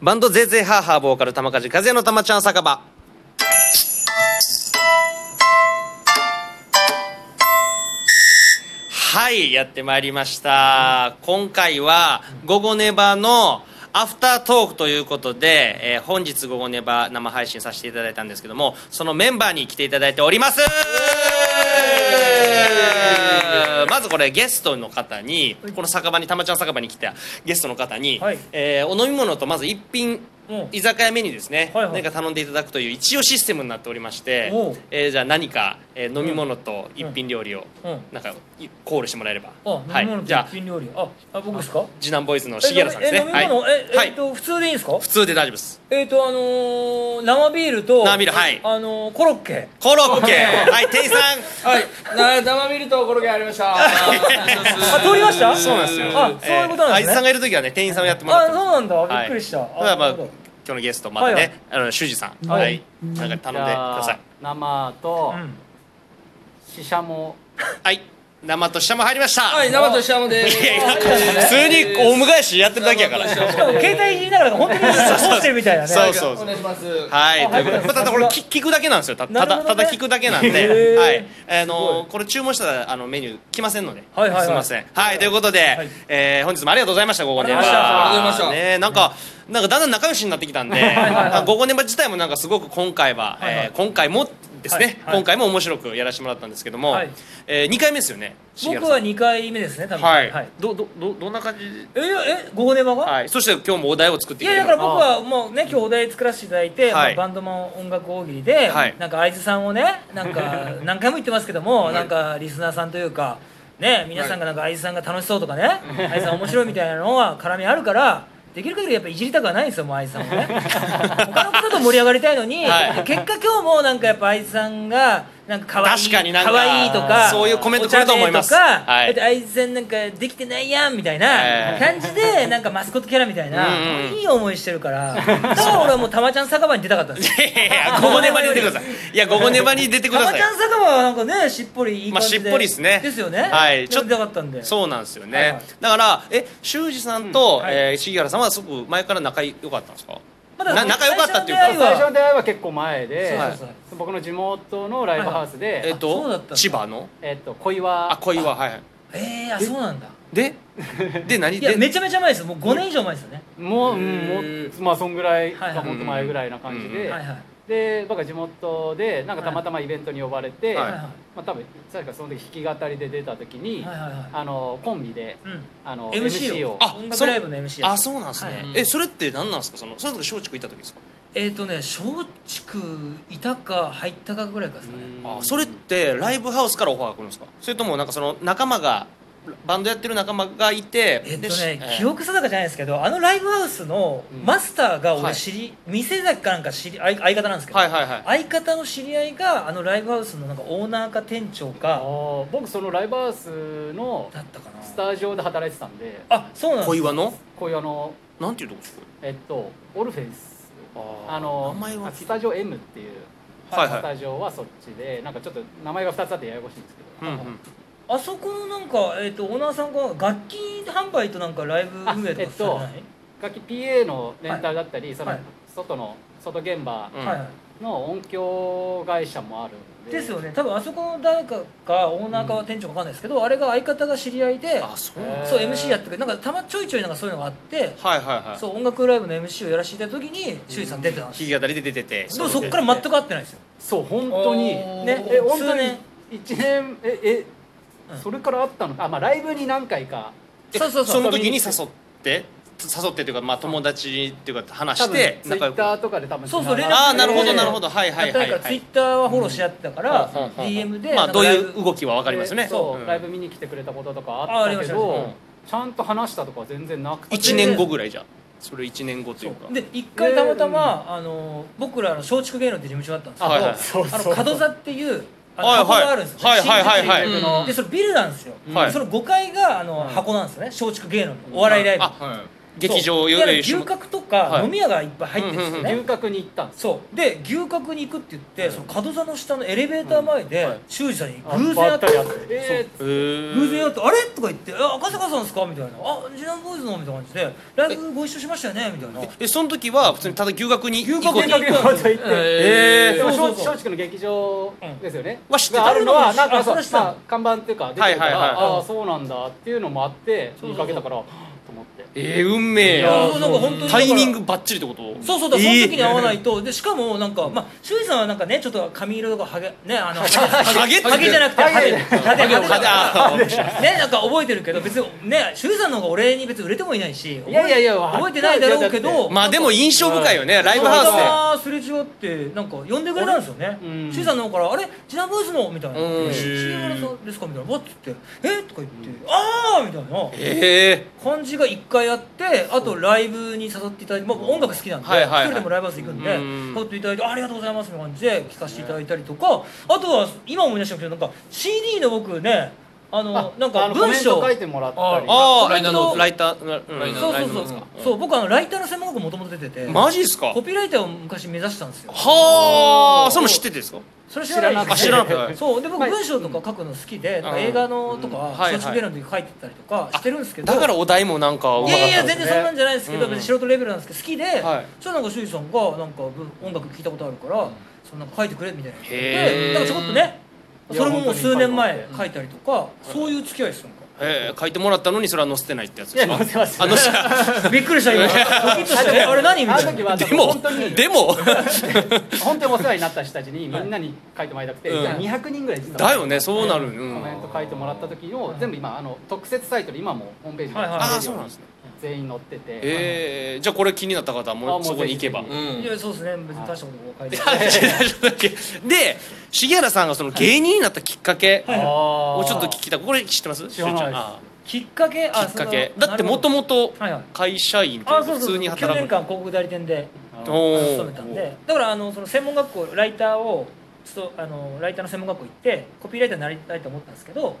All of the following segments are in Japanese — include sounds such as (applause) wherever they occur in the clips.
バンドゼーゼーハーハーボーカル玉梶風の玉ちゃん酒場はいやってまいりました今回は「午後ネバ」のアフタートークということで、えー本日「午後ネバ」生配信させていただいたんですけどもそのメンバーに来ていただいておりますまずこれゲストの方にこの酒場にたまちゃん酒場に来たゲストの方に、はいえーお飲み物とまず一品うん居酒屋メニューですね、はいはい何か頼んでいただくという一応システムになっておりましておう、えーじゃあ何か、えー飲み物と一品料理を、うんなんかいコールしてもらえれば、あ、は飲み物い、じとゃ一あ品料理。あ、あ僕ですか。次男ボーイズの重原さんですねえ飲みえ飲み物、はいえ、はえいっと、普通でいいんですか普。通で大丈夫ですえっと、あのー、生ビールと。生ビールはいあのー、コロッケ。コロッケ (laughs) はい店員さはい、な生ビールとコロッケ (laughs) ありました。あ、通りました。んそうなんですよあ、そういうことえーなあいんでつすさんね。がいる時はね店員さんをやってもらあっ、てそうなんだ。びはいっくりした。ただまあなるほ今日どのゲストまたね、はいあの修二さんは、はいいなんか頼んでください生とうんシシャモ。はい生と下も入りました、はい、い生とシシャモでやいやす。普 (laughs) 通にオウム返しやってるだけやからしかも携帯いじりながら、本当に操作してるみたいなね。そうそうお願いします。はい、ということで、はいまあただこれ聞聞くだけなんですよ。たたなるだほたどねだ聞くだけなんへで、ーはい、あのこれ注文したらあのメニュー来ませんので、はいはいはいすみません。はい、ということでい、えー本日もありがとうございました。午後年場。ありがとうございましたありがとうございましたね、なんかなんかだんだん仲良しになってきたんで、あ午後年場自体もなんかすごく今回は、いはいえー今回もですね、はいはい今回も面白くやらせてもらったんですけども、はいえー二回目ですよね。重原僕さはん二回目ですね。多分。はい、はい。どどどどんな感じえ、え、午後ネマが。はい、そして今日もお題を作っていいたやだだきかまらす僕はもうね今日お題作らせていただいて、はいまあバンドマン音楽大喜利で、はいなんか会津さんをねな (laughs) んか何回も言ってますけども、なんかリスナーさんというかね皆さんがなんか会津さんが楽しそうとかね会津さん面白いみたいなのは絡みあるから。できる限りやっぱいじりたくはないんですよ、もうあいつさん (laughs) もね。他の方と盛り上がりたいのに、はい結果今日もなんかやっぱあいつさんがなんか可愛い確かになんか可愛いとか、そういうコメント来ると思いますお茶目とか、はいだってあいつさんなんかできてないやんみたいえなえ感じでなんかマスコットキャラみたいなうんうん、いい思いしてるから、だから俺はもうたまちゃん酒場に出たかったんですよ。いやいや、午後ネバに出てください。いや、午後ネバに出てくただまさいちゃ。ん酒場はなんかね、しっぽりいい感じで。まあしっぽりっすねですよね。はいちょっと出たかったんで。そうなんですよね、はいはいだからえ修二さんと、はいえー重原さんはすごく前から仲良かったんですか、まだな仲良かったっていうか最初の出最会初の出会いは結構前ではいそうそう、僕の地元のライブハウスえっ、で、そうだったんとだ千葉のえっと小あ岩。恋ははいはいええ、あそうなんだ。でで何いやでめちゃめちゃ前ですよ。もう5年以上前ですよね。もう、うへんーもう、まあ、そんぐらい、はいはい本当前ぐらいな感じうんではい。はい。で、僕は地元で、なんかたまたまイベントに呼ばれて、はいまあ、多分、確かその時弾き語りで出た時にはい、はいはい。あの、コンビで。うん。あの MC を MC をあ音楽ライブの MC あそうなんですね、はいえそれって何なんですかそのその時松竹いた時ですか、えっとね、松竹いたか入ったかぐらいかですかね。あそれってライブハウスからオファーが来るんですかそれともなんかその仲間がバンドやってる仲間がいてえっとでしね、え記憶定かじゃないですけどあのライブハウスのうんマスターがは俺い知り、店崎かなんか知り相相方なんですけど、はいはいはい相方の知り合いがあのライブハウスのなんかオーナーか店長あかー僕そのライブハウスのだったかなスタジオで働いてたんであそうなんで小す岩のこういうあのなんていうとこですかえっとオルフェンスああの名前は聞スいたタジオ M っていうはいはいスタジオはそっちでなんかちょっと名前が2つあってややこしいんですけうんど、うんあそこのなんか、えっとオーナーさんが楽器販売となんかライブ運営とかされない、楽器 PA のレンタルだったり、そのはい外の外現場うんはいはの音響会社もあるんい、でですよね多分あそこの誰かかオーナーか店長かわかんないですけど、あれが相方が知り合いであそうなんですそう MC やってくれなんかたまちょいちょいなんかそういうのがあってはいはいはいそう音楽ライブの MC をやらせていただいた時に周囲さん出てたんです弾き語りで出ててでもそこから全く会ってないんですよそう本当におーねえ本当数に年1年ええ、うんそれからあったのかあまあライブに何回かえそうそうそうの時に誘って誘ってというかまあ友達っていうか話多し分てツイッターとかで多分そうそう連絡ああなるほどなるほどどはいはいやったはりいからはツイッいターはフォローし合ってたからうんうんうんうん DM でまあどうなんかライいうブ動きは分かりますよねそう、んライブ見に来てくれたこととかあああっりたましけたありど、ましたちゃんと話したとかは全然なくて一年後ぐらいじゃそれ一年後というかで一回たまたま、あの僕らの松竹芸能って事務所だったんですけど、はいはいそうあそのう角座っていうあのはいはい箱があるんですよ、はいはいはいはい新宿うんでそれビルなんですよ、はいその5階があの、はい箱なんですよね松竹芸能のお笑いライブ、あ劇場いよやり牛角とはかい飲み屋がいっぱい入ってるんですようんうんね、牛角に行ったんですそうで牛角に行くって言って、その角座の下のエレベーター前で、うんはい修二さんにあ偶然会ったばりり会ってえー偶偶然会って「あれ?」とか言って「あ赤坂さんですか?」みたいな「あジュランボーイズの」みたいな感じで「ライブご一緒しましたよね」みたいなえその時は普通にただ牛角に行こう牛角に牛角にまた行って、えーでもそう松そうそう松竹の劇場ですよね、うんは知ってたがあるのは知なんかあそそうれは知ってたまあ看板っていうか出てるかはら、いはいはいああそうなんだっていうのもあってそうそうそう見かけたからはぁと思ってえー運命いややそうなんか本当にタイミングバッチリってことそうそうだ、その時に会わないいと、でしかもなんかまあ修二さんはなんかねちょっと髪色とかハゲねあのハゲハゲじゃなくてハゲ派手ハゲ派手ハゲあねなんか覚えてるけど別にね修二さんの方が俺に別に売れてもいないし覚えいやいやいや覚えてないだろうけだっどまあでも印象深いよねライブたまたハますれ違ってなんか呼んでくれたんですよねうん修二さんの方から「あれジナボーイズの?」みたいなうん「シーさんですか?」みたいな「わっ」つって「えとか言って「ああ!」みたいなウスでえ感じが1回あってあとライブに誘っていただいて、まあ、音楽好きなんで、はいはいはい一人でもライブハウス行くんでうん誘っていただいてあありがとうございますみたいな感じで聴かせていただいたりとかあとは今思い出したけどなんか CD の僕ねあのなんかあのコ文メント章書いてもらったーりああラライイタターーののライターうんライターそうラそイうブそうの文章そう僕あのライターの専門学校もともと出ててマジっすかコピーライターを昔目指したんですよはあそれも知っててですかそれ知らないです知らなかったあ知らなかったそうで僕はい文章とか書くの好きで、なんかうん映画のとうんかはいはい松竹芸能の時書いてたりとかしてるんですけどだからお題もなんかうまいかっやいたやんですね全然そんなんじゃないですけど、うん別に素人レベルなんですけど好きで、はいそしたらなんか周囲さんがなんかぶ音楽聴いたことあるから、そんなんか書いてくれみたいなでへーなんかちょこっとねいやそれももう数年前本書いたりとか、そういう付き合いですよえー書いてもらったのにそれは載せてないってやついですやか載せましたあ載せたなんか (laughs) びっくりした今ドキッとし (laughs) たねあれ何みたあのい時なはでも本当にでも (laughs) 本当にお世話になった人たちにみんなに書いてもらいたくて、うん200人ぐらい実はだよねそうなるうコんメント書いてもらった時の全部今あの特設サイトで今もホームページにはいはいああそうなんですね全員載ってて、えーじゃあこれ気になった方はもうそこに行けばあもうぜひぜひいやそうですね別に大したことも書いてな (laughs) いで重原さんがその芸人になったきっかけはいをもちょっと聞きたいこれ知ってます知らないですあきっかけーあきっかけそのだってもとなもるとほどはいはい会社員というあかそう普そう通に9働年く間広告代理店でおー勤めたんでだからあのその専門学校ライターをちょっとあのライターの専門学校行ってコピーライターになりたいと思ったんですけど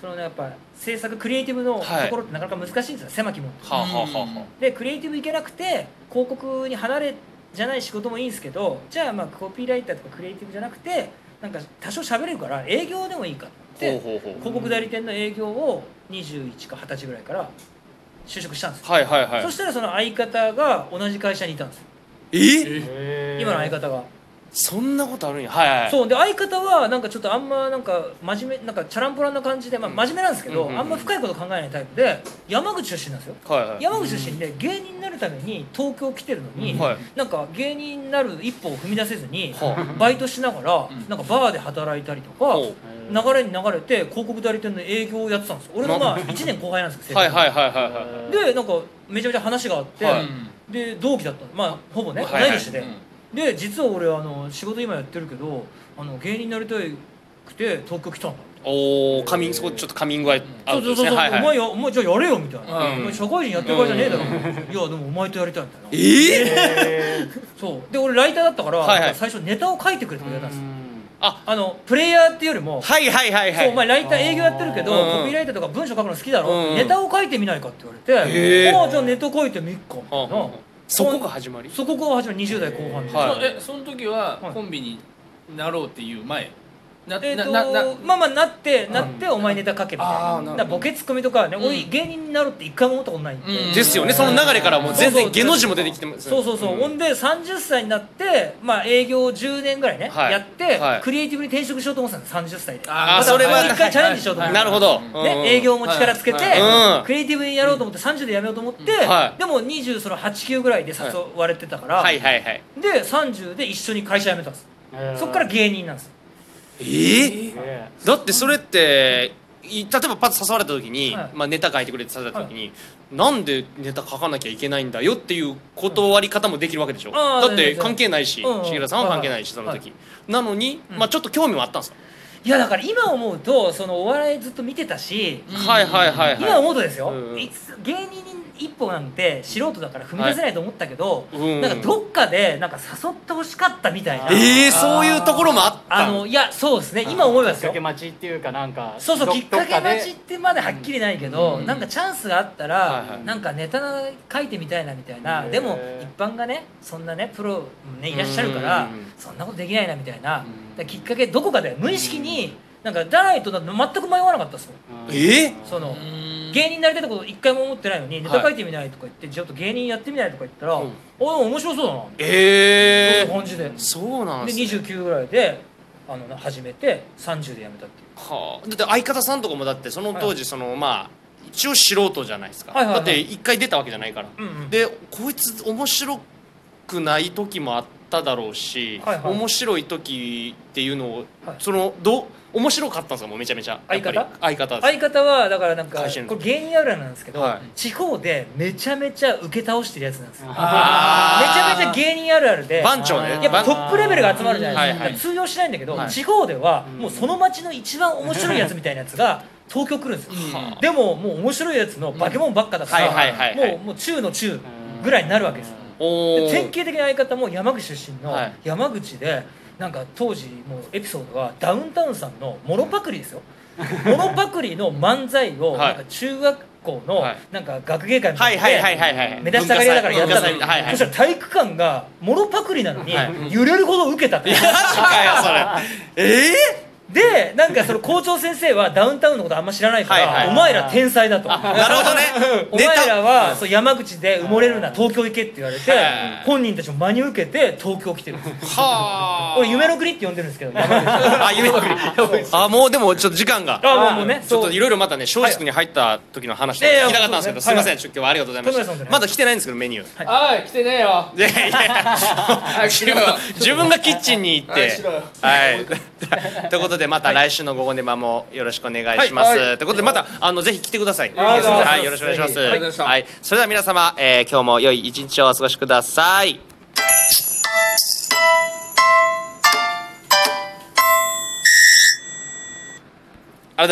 そのねやっぱ制作クリエイティブのとはいころってなかなか難しいんですよ、狭きものはあはあはあはでクリエイティブ行けなくて広告に離れじゃない仕事もいいんですけどじゃあまあコピーライターとかクリエイティブじゃなくてなんか多少喋れるから営業でもいいかっあほうてほうほう広告代理店の営業を21か20歳ぐらいから就職したんですはいはいはいそしたらその相方が同じ会社にいたんですえへー今の相方が、そんなことあるんやはいはいそうで相方はなんかちょっとあんまなんか真面目なんかチャランポランな感じで、まあ、真面目なんですけど、うんうんうんあんま深いこと考えないタイプで山口出身なんですよはいはい山口出身で芸人になるために東京来てるのに、はいなんか芸人になる一歩を踏み出せずに、はバイトしながら、なんかバーで働いたりとか、ほ流れに流れて広告代理店の営業をやってたんです俺のまあ1年後輩なんですけうど、はいはいはいはいはいでなんかめちゃめちゃ話があって、はで同期だったのまあほぼね、はいはい同い年で、で実は俺あの仕事今やってるけどあの芸人になりたくて東京来たんだおおカミングそこちょっとカミングアウそトうそでうそすうねそう、はいお前はいやお前じゃあやれよみたいな、うんお前社会人やってる場合じゃねえだろ、いやでもお前とやりたいみたいなええへーそうで俺ライターだったから、はいはい最初ネタを書いてくれてく (laughs) れたんうですよんああのプレイヤーっていうよりも、はいはいはいはそうお前いライター営業やってるけどあーコピーライターとか文章書くの好きだろ、うんうんネタを書いてみないかって言われて、へーああじゃあネタ書いてみっかみたいなはあそこが始まりそこが初め20代後半で、はいえその時はコンビになろうっていう前なえー、なとななまあまあなってなってお前ネタ書けみたいな,、あーなるほどだからボケツッコミとかはね、うん俺芸人になるって一回も思ったことないんで、うんですよねその流れからもう全然芸能人も出てきてますそうそうそう、ほんで30歳になって、まあ、営業を10年ぐらいね、はいやって、はいクリエイティブに転職しようと思ってたんです30歳であまーたそれは一回チャレンジしようと思って、なるほどうんうんね、営業も力つけて、はいはいうんクリエイティブにやろうと思って30でやめようと思って、はいでも28ぐらいで誘われてたから、はいはいはいで30で一緒に会社辞めたんです、へーそっから芸人なんですええへだってそれってい例えばパッと誘われた時に、はいまあ、ネタ書いてくれって誘われた時に、なんでネタ書かなきゃいけないんだよっていう断り方もできるわけでしょ、あーだって関係ないしうんうん重原さんは関係ないしその時、なのに、うんまあ、ちょっと興味はあったんですか、いやだから今思うとそのお笑いずっと見てたし、うんはいはいはいはい今思うとですよ、うんうんいつ芸人に一歩なんて素人だから踏み出せないと思ったけど、うんなんかどっかでなんか誘ってほしかったみたいな、ええそういうところもあったあのいやそうですね今思いまきっすかよけ待ちっていうかなんかそうそうどきっかけ待ちっどてまだはっきりないけど、うんなんかチャンスがあったら、はいはいなんかネタ書いてみたいなみたいな、へーでも一般がねそんなねプロもねいらっしゃるかうら、んそんなことできないなみたいな、んだからきっかけどこかで無意識に、なんかダライとだと全く迷わなかったですもんっかでえうんその、うん芸人になりたいってこと一回も思ってないのにネタは書いいてみないとか言って、ちょっと芸人やってみないとか言ったら、うんお面白そうだなみたいな、えそんなえ感じで。そうなんでです、ね、 29ぐらいであの始めて30で辞めたっていうはあだって相方さんとかもだってその当時その、まあ一応素人じゃないですか、はいはいはいだって一回出たわけじゃないから、うんうんでこいつ面白くない時もあっただろうし、はいはい面白い時っていうのを、はいそのどう面白かったんですかもうめちゃめちゃやっぱり相相方です相方はだからなんか会社員これ芸人あるあるなんですけど、はい地方でめちゃめちゃ受け倒してるやつなんですよめちあーゃめちゃ芸人あるあるで番長ねやっぱ番トップレベルが集まるじゃないですか,、はいはい通用しないんだけど、はい地方ではもうその町の一番面白いやつみたいなやつが東京来るんですよ、はあでももう面白いやつの化け物ばっかだから、うんはいはいはいはいもうもう中の中ぐらいになるわけですよおでー典型的な相方も山口出身のはい山口でなんか当時もうエピソードがダウンタウンさんのモノパクリですよ (laughs) モノパクリの漫才をはいなんか中学校のはいなんか学芸会みたはいいなはいはいのではいはい目立ちたがり屋だからやったの文化祭はいはいそしたら体育館がモノパクリなのにはい揺れるほど受けたってマジかよ (laughs) それえでなんかその校長先生はダウンタウンのことあんま知らないから、はいはいお前ら天才だとえなるほどね (laughs) お前らは、ネそう山口で埋もれるな東京行けって言われてはい本人たちも真に受けて東京来てるんですよタはあ俺夢の国って呼んでるんですけどねあ (laughs) あ夢の国 (laughs) あもうでもちょっと時間がもうもうねちょっそとういろいろまたね松竹に入った時の話はいで聞きたかったんですけいやいやどすいませはんちょっと今日はありがとうございましとんでもないとんでたもないまだ来てないんですけどメニューあい来てねえよいやいや早くしろよ自分がキッチンに行っはいてしろよはいと (laughs) いうことでまた来週の午後ネマもよろしくお願いします、はいはいということでまたあのぜひ来てくださいありがとうございますはいよろしくお願いしますぜひありがとうございましたはいそれでは皆様、えー今日も良い一日をお過ごしください